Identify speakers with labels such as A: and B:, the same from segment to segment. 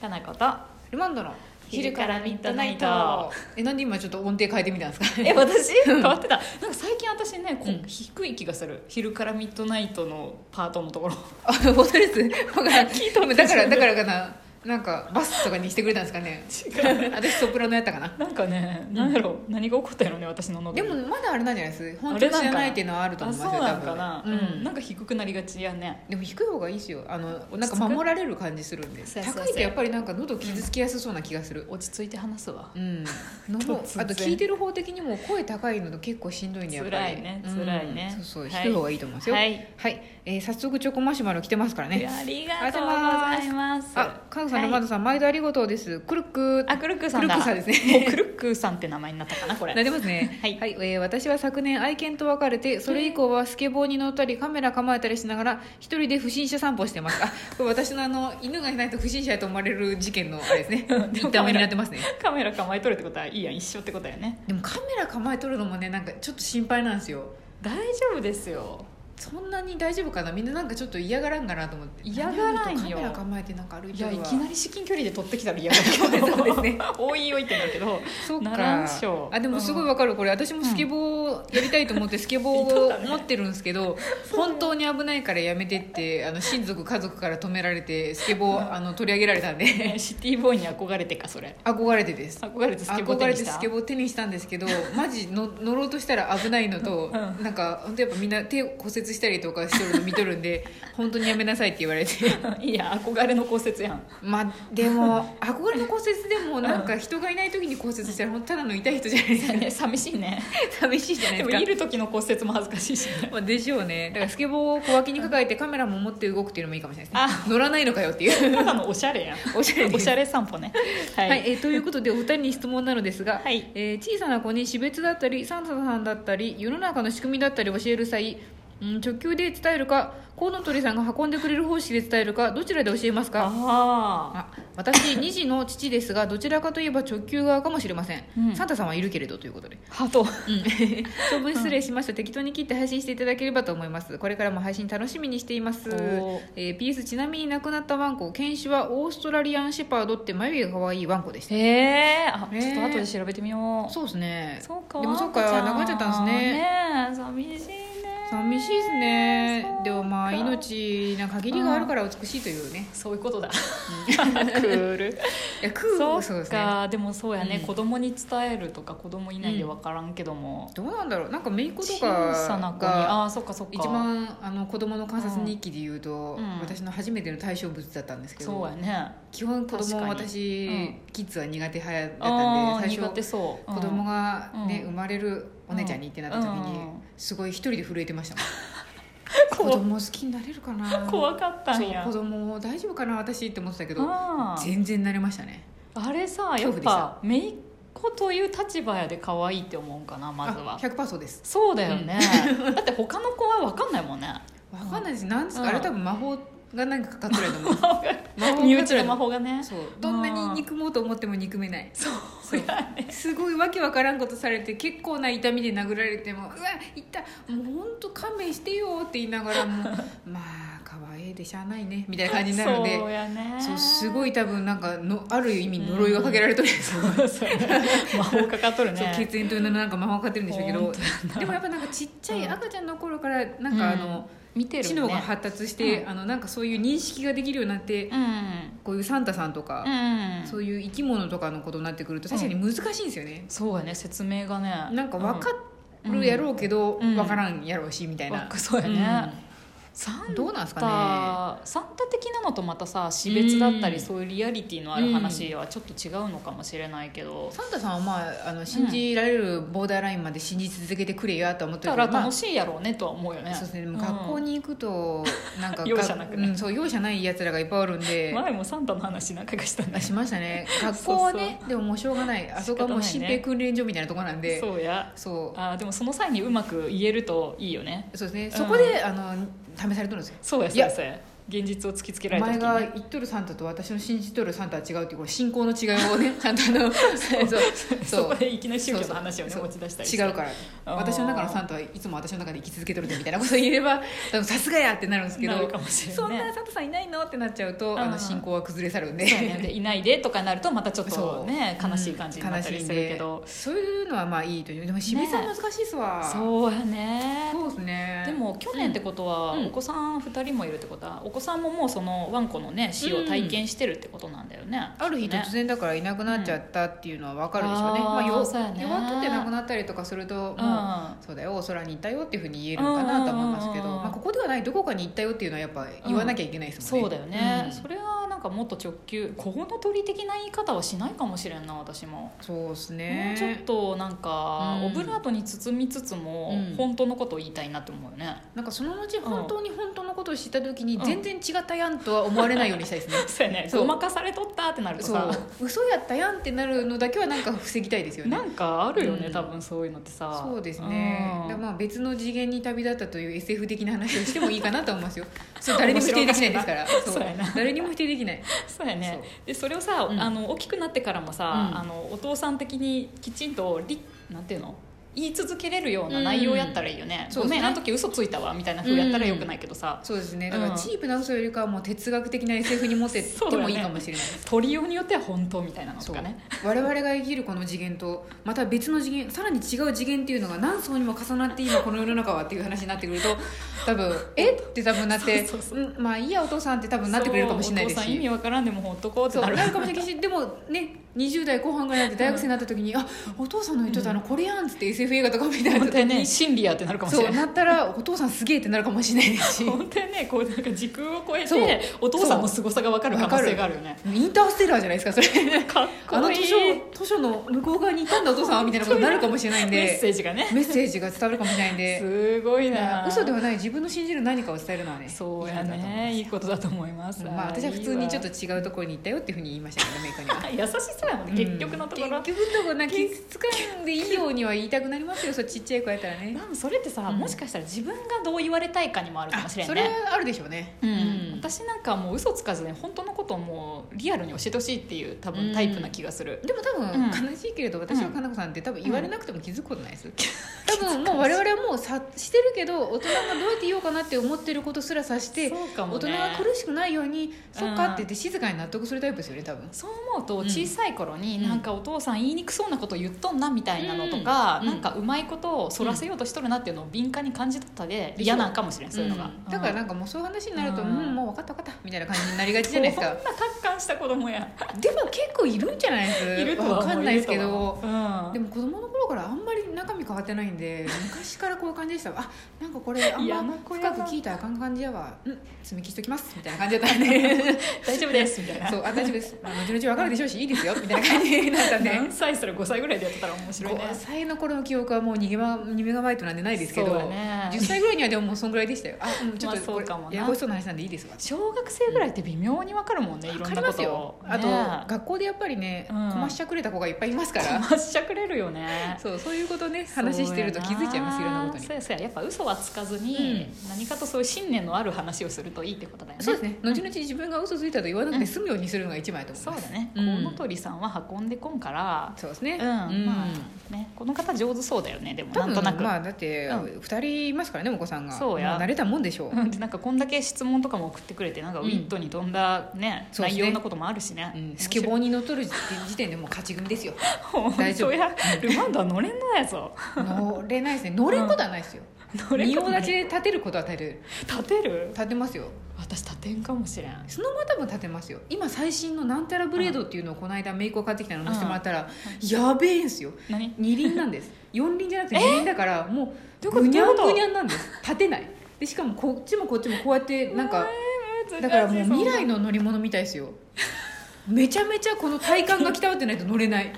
A: かな こと
B: ルマンドの
A: 昼からミッドナイト
B: えなんで今ちょっと音程変えてみたんですか
A: え私変わってたなんか最近私ねこう、低い気がする昼からミッドナイトのパートのとこ ろ
B: あ本当ですわからんだからだからかななんかバスとかにしてくれたんですかね私ソプラノやったかな
A: なんかね、なんやろう何が起こったやろね私の喉
B: でもまだあれなんじゃないです本当に知らないっていうのはあると思いま
A: あ
B: すよ
A: そうなんか
B: 多
A: な、
B: 分
A: うん、なんか低くなりがちやね
B: でも低い方がいいですよあのなんか守られる感じするんで
A: そうそうそう
B: 高いとやっぱりなんか喉傷つきやすそうな気がする
A: 落ち着いて話すわ
B: うん、
A: 然
B: 喉あと聞いてる方的にも声高いのと結構しんどいんでやっぱり
A: 辛いね辛いね
B: うんそうそう
A: はい
B: 低い方がいいと思いますよ
A: はい、
B: えー早速チョコマシュマロ来てますから
A: いや
B: ね
A: ありがとうございます
B: あカンさ
A: は
B: んの
A: い
B: まどさん、毎度ありがとうですクルック
A: あクルックさんだ
B: クルックさんですね
A: もうクルックさんって名前になったか なこれ
B: なりますね
A: はい
B: えー私は昨年愛犬と別れてそれ以降はスケボーに乗ったりカメラ構えたりしながら一人で不審者散歩してますあこれ私のあの犬がいないと不審者やと思われる事件のあれで すね一旦目になってますね
A: カメラ構えとるってことはいいやん一緒ってことやね
B: でもカメラ構えとるのもねなんかちょっと心配なんですよ
A: 大丈夫ですよ
B: そんなに大丈夫かなみんななんかちょっと嫌がらんかなと思って
A: 嫌がらんよ
B: カメラ構えてなんか歩い
A: い
B: てる
A: や
B: わ
A: いきなり至近距離で取ってきたら嫌だけど
B: そうですね
A: 多いよいってなるけど
B: そう
A: なら
B: か
A: んっしょ
B: あでもすごいわかるこれ私もスケボーやりたいと思ってスケ
A: 言
B: ボ
A: っとった
B: ーを
A: ね
B: 持ってるんですけど本当に危ないからやめてってあの親族家族から止められてスケボーあの取り上げられたんで
A: ね シティボーイに憧れてかそれ
B: 憧れてです
A: 憧れてスケボー
B: 憧
A: 手
B: れ
A: に
B: て
A: した
B: スケボー手にしたんですけどマジの乗ろうとしたら危ないのと、
A: う
B: なんか本当やっぱみんな手を骨折したりとかしてるの見とるんで本当にやめなさいって言われて
A: いや憧れの骨折やん
B: まあでも憧れの骨折でもなんか人がいない時に骨折したら本当ただの痛い人じゃないですか、
A: ね寂しいね
B: 寂しいじゃない
A: で
B: です
A: も
B: か
A: いる時の骨折も恥ずかしいしね
B: まあ、でしょうねだからスケボーを小脇に抱えてカメラも持って動くっていうのもいいかもしれないですね乗らないのかよっていう
A: ただのおしゃれやん
B: おしゃれです
A: おしゃれ散歩ねは、
B: はいい、えーということでお二人に質問なのですが、
A: はい
B: えー小さな子に死別だったりサンタさんだったり世の中の仕組みだったりを教える際、うん、直球で伝えるかコウノトリさんが運んでくれる方式で伝えるかどちらで教えますか
A: ああ
B: あ私2児の父ですがどちらかといえば直球側かもしれません、
A: うん
B: サンタさんはいるけれどという ことで
A: ハート
B: 長文失礼しました、適当に切って配信していただければと思いますこれからも配信楽しみにしています
A: おー、
B: えー、PS ちなみに亡くなったワンコ犬種はオーストラリアンシェパードって眉毛が可愛いワンコでした
A: へえあ
B: ね
A: ちょっと後で調べてみよう
B: そうですね
A: そうか
B: でもそう
A: わ
B: か
A: んこちゃ
B: なくなっちゃったんですね
A: ねえ寂しいね
B: 寂しいですねでもまあ
A: そうか
B: 命な限りがあるから美しいというね
A: そういうことだクール
B: いや食う
A: そ
B: そう
A: か
B: うですね
A: でもそうやね、
B: うん
A: 子供に伝えるとか子供いないで分からんけども、
B: どうなんだろうなんか姪っ子と
A: 小
B: か
A: さな子に
B: が
A: ああそっかそっか
B: 一番あの子供の観察日記で言うと、
A: うん
B: 私の初めての対象物だったんですけど
A: そうやね
B: 基本子供は
A: 確か
B: 私、
A: うん
B: キッズは苦手派だった
A: あ
B: ん
A: あ
B: で最
A: 苦手
B: 初
A: そう、うん
B: 子供がね、
A: うん
B: 生まれるお姉ちゃんにってなった時に、
A: うん
B: すごい一人で震えてましたもん 子
A: 怖
B: 供好きになれるかな
A: 怖かったんや
B: そう子供大丈夫かな私って思ってたけど
A: あー
B: 全然なれましたね
A: あれさやっ
B: 恐怖でした
A: ぱ姪っ子という立場やで可愛いって思うんかなまずは
B: あ100%そうです
A: そうだよね、だって他の子は分かんないもんね
B: わかんないですなんですか、
A: うん
B: あれ多分魔法がなんかかかってると 思う魔法
A: 身
B: かかっ
A: 内
B: とる
A: の魔法がね
B: そうどんなに憎もうと思っても憎めないそうすごいわけわからんことされて結構な痛みで殴られても「うわ痛っもう本当勘弁してよ」って言いなが らもまあ可愛いでしゃあないねみたいな感じになるので
A: そうやね
B: そうすごい多分なんかのある意味呪いがかけられてるんですよ、
A: そうやね魔法かかっとる
B: そう
A: ね
B: 血縁という名のなんか魔法がかかってるんでしょうけ
A: 本
B: ど
A: 当
B: でもやっぱなんかちっちゃい赤ちゃんの頃からなんかあの、
A: 見てるね
B: 知能が発達して、
A: うん
B: あのなんかそういう認識ができるようになって、
A: うん
B: こういうサンタさんとか、
A: うん
B: そういう生き物とかのことになってくると確かに難しいんですよね、
A: そうやね説明がね
B: なんか分か
A: っ
B: るやろうけど、
A: うん
B: 分からんやろうしみたいな、
A: そうやね、
B: うん
A: サンタ
B: どうなんですか
A: サンタ的なのとまたさ死別だったり、
B: うん
A: そういうリアリティのある話はちょっと違うのかもしれないけど、
B: サンタさんはまああの信じられるボーダーラインまで信じ続けてくれよとは思って
A: だか
B: る
A: ら
B: けど、まあ
A: 楽しいやろうねとは思うよね、
B: そうですねでも学校に行くと、な んか
A: 容赦なくね
B: うん、そう容赦ないやつらがいっぱいおるんで
A: 前もサンタの話何回かしたんだ
B: あ
A: し
B: しまし たね学校はねでももうしょうがないあそこはもう
A: 仕方
B: 新
A: ないね
B: 兵訓練所みたいなとこなんで
A: そうや
B: そう
A: あーでもその際にうまく言えるといいよね
B: そうです
A: ん
B: ねそこで、あの試されとるんですよ
A: そうや
B: い
A: そうや
B: や
A: そうや現実を突きつけ
B: お
A: られた
B: 前
A: 時
B: が
A: に、ね、
B: 言っとるサンタと私の信じとるサンタは違うっていうこれ信仰の違い をねちゃんとあのそう
A: そ
B: そう
A: こでいきなり宗教の話をね
B: そうそう
A: 持ち出したりして
B: 違うから
A: あー
B: 私の中のサンタはいつも私の中で生き続けとるでみたいなことを言えば多分さすがやってなるんですけど
A: なるかもしれない
B: そんなサンタさんいないのってなっちゃうとあ
A: あー
B: の信仰は崩れ去るんで
A: そうねでいないでとかになるとまたちょっ
B: そ
A: と
B: う
A: ね悲しい感じになったりするけ
B: うん
A: ど
B: 悲、しいんでそういうのはまあいいというでも渋井さ
A: ね
B: ん難しいっすわ、
A: そうやね
B: そうですね
A: でも去年ってことは、
B: うん
A: お子さん2人もいるってことはお子さんももうそのワンコのね死を体験してるってことなんだよね、
B: ある日
A: ね
B: 突然だからいなくなっちゃったっていうのは分かるでしょうね,、
A: うん
B: まあ、
A: あ
B: よ
A: ーそうやね
B: 弱っとってなくなったりとかするともう、そうだよお空に行ったよっていうふうに言えるのかなと思いますけど、
A: うんうんうんうん
B: まあ、ここではないどこかに行ったよっていうのはやっぱ言わなきゃいけないですも
A: そ
B: んね、
A: うだよね、
B: うん
A: それはなんかもっと直球この鳥的な言い方はしないかもしれんな私も、
B: そうです
A: もうちょっ
B: ね
A: となんか、
B: うん
A: オブラートに包みつつも、
B: うん
A: 本当のことを言いたいなって思うよね
B: なんかその後本当に本当のことを知った時に
A: うん
B: 全然違ったやんとは思われないようにしたいですね
A: そうやね
B: そう
A: ごまかされとったってなる と
B: そ
A: さ
B: う嘘やったやんってなるのだけはなんか防ぎたいですよね
A: なんかあるよね、
B: うん
A: 多分そういうのってさ
B: そうですね
A: う、ん
B: だからまあ別の次元に旅立ったという SF 的な話をしてもいいかなと思 いますよそう誰にも否定できないですから
A: そう
B: そう
A: やな
B: 誰にも否定できない
A: そうやね
B: そ
A: でそれをさ、
B: うん
A: あの大きくなってからもさ、
B: うん
A: あのお父さん的にきちんとりなんていうの言い続けれるような内容やったらいいよね、
B: う
A: ごめん、
B: んそうですね
A: あの時嘘ついたわみたいなふうやったらよくないけどさ、
B: そうですね
A: う
B: だ
A: ん
B: からチープな嘘よりかはもう哲学的な SF に持ってってもいいかもしれない
A: 鳥用によっては本当みたいなの
B: そ
A: と
B: う
A: かね
B: 我々が生きるこの次元とまた別の次元さらに違う次元っていうのが何層にも重なって今この世の中はっていう話になってくると多分「えっ?」て多分なって
A: そうそう
B: うんまあいいやお父さん」って多分なってくれるかもしれないです
A: そうお父さん意
B: し
A: 味わからんでもほっとこうって
B: そう
A: な
B: な
A: る
B: るかもしれないしでもね20代後半ぐらいで大学生になった時に「あお父さんの言っとったのこれやん」っつって SF 映画とかみたいな
A: 本
B: 時
A: 当や
B: に、
A: ね真理やってなるかもし
B: そ
A: れ
B: う
A: ない
B: なったら「お父さんすげえ」ってなるかもしれないですし
A: 本当やねこうなんか時空を超え
B: そう
A: てお父さんの凄さが分かる可能性があるよね
B: インターステラーじゃないですかそれ
A: かっこいい
B: あの図書図書の向こう側にいたんだお父さんはみたいなことになるかもしれないんで
A: メッセージがね
B: メッセージが伝わるかもしれないんです
A: ごいな
B: 嘘ではない自分の信じる何かを伝えるのはね
A: そうやねいいことだと思います、
B: いいことだと思うまあ私は普通にちょっと違うところに行ったよっていうふうに言いましたけどメーカーに
A: あ優
B: は
A: しそうやもんね、結局のとこ
B: う
A: ろ
B: ん結局のところなんか傷つかんでいいようには言いたくなりますよそうちっちゃい子やったら
A: で
B: ね
A: もそれってさ、
B: うん
A: もしかしたら自分がどう言われたいかにもあるかもしれん
B: そ
A: ね
B: れはあるでしょうね
A: うん
B: うん
A: 私なんかもう嘘つかずに本当のことをもうリアルに教えてほしいっていう多分タイプな気がする、
B: でも多
A: う
B: 分悲しいけれど私はかなこさんって多分言われなくても気づくことないです、多分もう我々はもう察してるけど大人がどうやって言おうかなって思ってることすら察して
A: そうかもね
B: 大人が苦しくないようにそっかって言って静かに納得するタイプですよね多分
A: そう思うと
B: うん
A: 小さい頃に
B: うん
A: なんかお父さん言いにくそうなこと言っとんなみたいなのとか、
B: うん
A: なんかうまいことをそらせようとしとるなっていうのを敏感に感じ取ったで嫌なんかもしれんそういうのが、
B: んだからなんかもうそういう話になると、
A: う
B: うんんもう分かった分かったみたいな感じになりがちじ
A: そ
B: ゃ
A: ん
B: な
A: ない
B: ですか
A: 達観した子供や
B: でも結構いるんじ ゃないです
A: いるとは
B: 分
A: 思う
B: かんないですけ
A: るとは
B: ど
A: 思ううん
B: でも子供の頃からあんまり中身変わってないんで昔からこういう感じでしたあなんかこれあん
A: いや
B: ま
A: まあこれは
B: 深く聞いたらあかん感じやわうん爪切っときますみたいな感じだったんで
A: 大丈夫ですみたいな
B: そうあ大丈夫です、まあ、後々分かるでしょうしいいですよみたいな感じになったんで
A: 何歳すら5歳ぐらいでやってたら面白いね
B: 5歳の頃の記憶はもう2ギガ2メガバイトなんでないですけ
A: そう
B: ど、
A: だね
B: 10歳ぐらいにはでももうそんぐらいでしたよ あ、うん、ちょっ
A: まあ
B: と
A: そ
B: こ
A: う
B: れ
A: かもな
B: ややこしそうな話なんでいいですわ
A: 小学生ぐらいって微妙に分かるもんね、いろん
B: わか
A: なこ
B: り
A: と
B: ますよ
A: を
B: あと、
A: ね
B: 学校でやっぱりね
A: う
B: こ
A: ん
B: ましゃくれた子がいっぱいいま すから、
A: まっしゃくれるよね
B: そうそういうことね話してると気づいちゃいますいろんなことに
A: そうやそうややっぱ嘘はつかずに、何かとそういう信念のある話をするといいってことだよね
B: そうですね後々自分が嘘ついたと言わなくて済むようにするのが一番やと思い
A: そう
B: ま
A: だ
B: す、
A: ね、
B: うん
A: コウノトリさんは運んでこんから
B: そうです
A: う
B: ね
A: ん、まあねこの方上手そうだよねでも
B: 多
A: なんと
B: 分
A: なく、
B: まあだって
A: う
B: 2人いますからねお子さんが
A: そうや
B: まあ慣れたもんでしょう、
A: でなんかこんだけ質問とかも送ってくれてなんかウィットに飛んだ、ね
B: そうです
A: 内
B: ね
A: 容のこともあるしね、
B: うんスケボーに乗っ取る時点でもう勝ち組ですよ
A: 本
B: 大丈
A: 当
B: 夫
A: やルマンドは乗れんのやぞ
B: 乗れないですね乗れんことはないですよ
A: 乗れん
B: 仁
A: こと
B: 王
A: ない
B: 立ちで立てることは立てる
A: 立てる
B: 立てますよ
A: 私立てんかもしれん
B: スノボは多分立てますよ今最新のなんたらブレードっていうのをこの間メイクを買ってきたの乗せてもらったら、やべえんすよ
A: 何
B: 二輪なん です四輪じゃなくて二輪だからも
A: どういうこ
B: う
A: と
B: ぐにゃ
A: どうい
B: ん
A: うこと
B: ぐにゃんなんです立てないでしかもこっちもこっちもこうやってなんか
A: えー
B: だからもう
A: 難しい
B: 未来の乗り物みたいですよめちゃめちゃこの体幹が鍛わってないと乗れない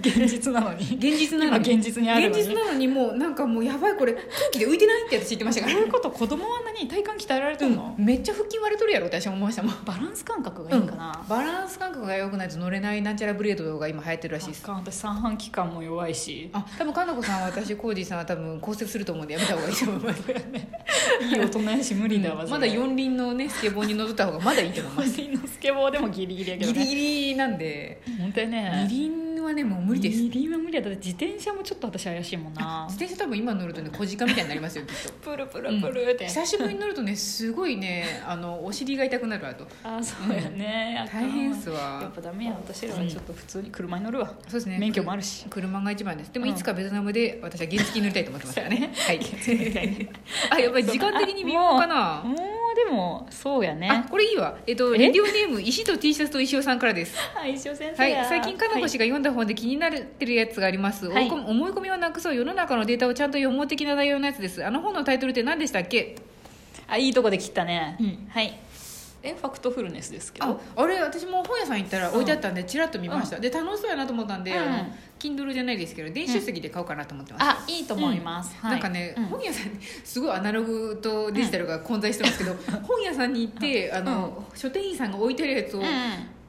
A: 現実なのに
B: 現実な
A: 今
B: のに
A: 現実にあるのに
B: 現実なのにもうなんかもうやばいこれ空気で浮いてないって私言ってました
A: こ
B: か
A: う
B: ら
A: いうこと子供は何体幹鍛えられてるの、
B: うんめっちゃ腹筋割れとるやろって私は思いましたもん
A: バランス感覚がいいかな、
B: バランス感覚が良くないと乗れないなんちゃらブレードが今流行ってるらしい
A: あ
B: です
A: かん私三半規管も弱いし
B: あ多分かなこさんは私コージーさんは多分骨折すると思うんでやめた方がいいと思います
A: いい大人やし無理だわ、
B: うん
A: そ
B: ま
A: れ
B: だ四輪のねスケボーに乗っとった方がまだいいと思い ま
A: 個
B: す
A: 人のスケボーでもギリギリやけど
B: ギ
A: ね
B: リギリなんで
A: 本当や
B: 二
A: ね
B: 輪はねもう無理です
A: ギリギリは無理やだって自転車もちょっと私怪しいもんな
B: 自転車多分今乗るとね小鹿みたいになりますよきっ と
A: プルプルプルって、
B: 久しぶりに乗るとねすごいねあのお尻が痛くなるわと
A: あそうやね、あかん
B: 大変っす
A: や
B: わ
A: っぱダメや私らはちょっと普通に車に乗るわ、
B: そうですね
A: 免許もあるし
B: 車が一番ですでも
A: うん
B: いつかベトナムで私は原付に乗りたいと思ってますからね、 はい
A: みたいね
B: あやっぱり時間的に微妙かな
A: もうでもそうや
B: あ
A: ね
B: これいいわえっと
A: え
B: レディオネーム石と T シャツと石尾さんからです
A: はい一生先
B: は
A: 生
B: い
A: や、
B: 最近かなこ氏が読んだ本で気になってるやつがあります、
A: はい
B: 思い込み思い込みをなくそう世の中のデータをちゃんと読もう的な内容のやつですあの本のタイトルって何でしたっけ
A: あいいとこで切ったね、
B: うん
A: はいえファクトフルネスですけ
B: あ
A: ど
B: あれ私も本屋さん行ったら置いてあったんでちらっと見ました、で楽しそうやなと思ったんで、あ
A: う
B: の
A: ん
B: Kindle じゃないですけど電子書籍で買おうかなと思ってます、
A: あいいと思います、はい
B: なんかね、
A: う
B: 本屋さんにすごいアナログとデジタルが混在してますけど、本屋さんに行ってあの、書店員さんが置いてあるやつを
A: うん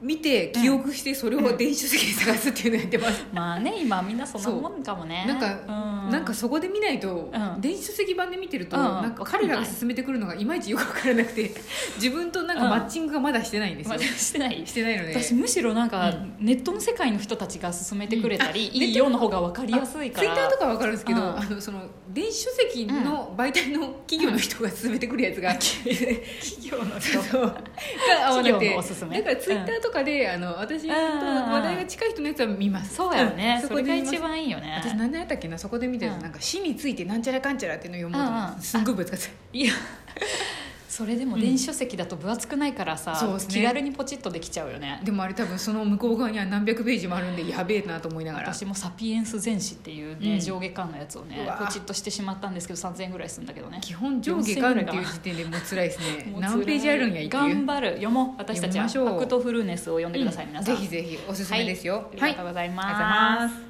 B: 見て、記憶してそれを電子書籍で探すっていうのやってます、
A: まあね今みんなそんなもんかもね
B: なんか、
A: う
B: なんかそこで見ない
A: う
B: と、
A: ん
B: 電子書籍版で見てると、
A: うん
B: なんか彼らが進めてくるのがいまいちよく分からなくて自分となんか
A: うん
B: マッチングがまだしてないんです
A: ま
B: よ、
A: あしてない
B: してないので
A: 私むしろなんか、
B: う
A: ネットの世界の人たちが勧めてくれたり、
B: うん
A: いいよの方が分かりやすいから
B: ツイッターとかは分かるんですけど、
A: うん
B: あのその電子書籍の媒体の企業の人が進めてくるやつが、
A: 企業の人
B: そうが合わなく
A: 企業
B: て
A: のおすすめ
B: だからツイッターとかで、あの私と話題が近い人のやつは見ます
A: そうやよね、
B: ん
A: それが
B: 見ます
A: 一番いいよね
B: 私何だったっけなそこで見てると、
A: うん
B: なんか死についてなんちゃらかんちゃらっていうのを読もうと思っ
A: うん
B: て、
A: うん
B: すんごいぶつかってた
A: いやそれでも電子書籍だと分厚くないからさ、
B: そうですね
A: 気軽にポチッとできちゃうよね
B: でもあれ多分その向こう側には何百ページもあるんでやべえなと思いながら
A: 私も「サピエンス全史」っていう、ね
B: うん
A: 上下巻のやつをね
B: うわ
A: ポチッとしてしまったんですけど3000円ぐらいするんだけどね
B: 基本上下巻っていう時点でもう辛いですね何ページあるんやいいってい
A: 頑
B: う
A: 張る読もう私たちは「フ
B: 読みましょ
A: ァ
B: う
A: クトフルネス」を読んでください、皆さん
B: ぜひぜひおすすめですよ
A: はい、ありがとうございます、
B: ありがとうございます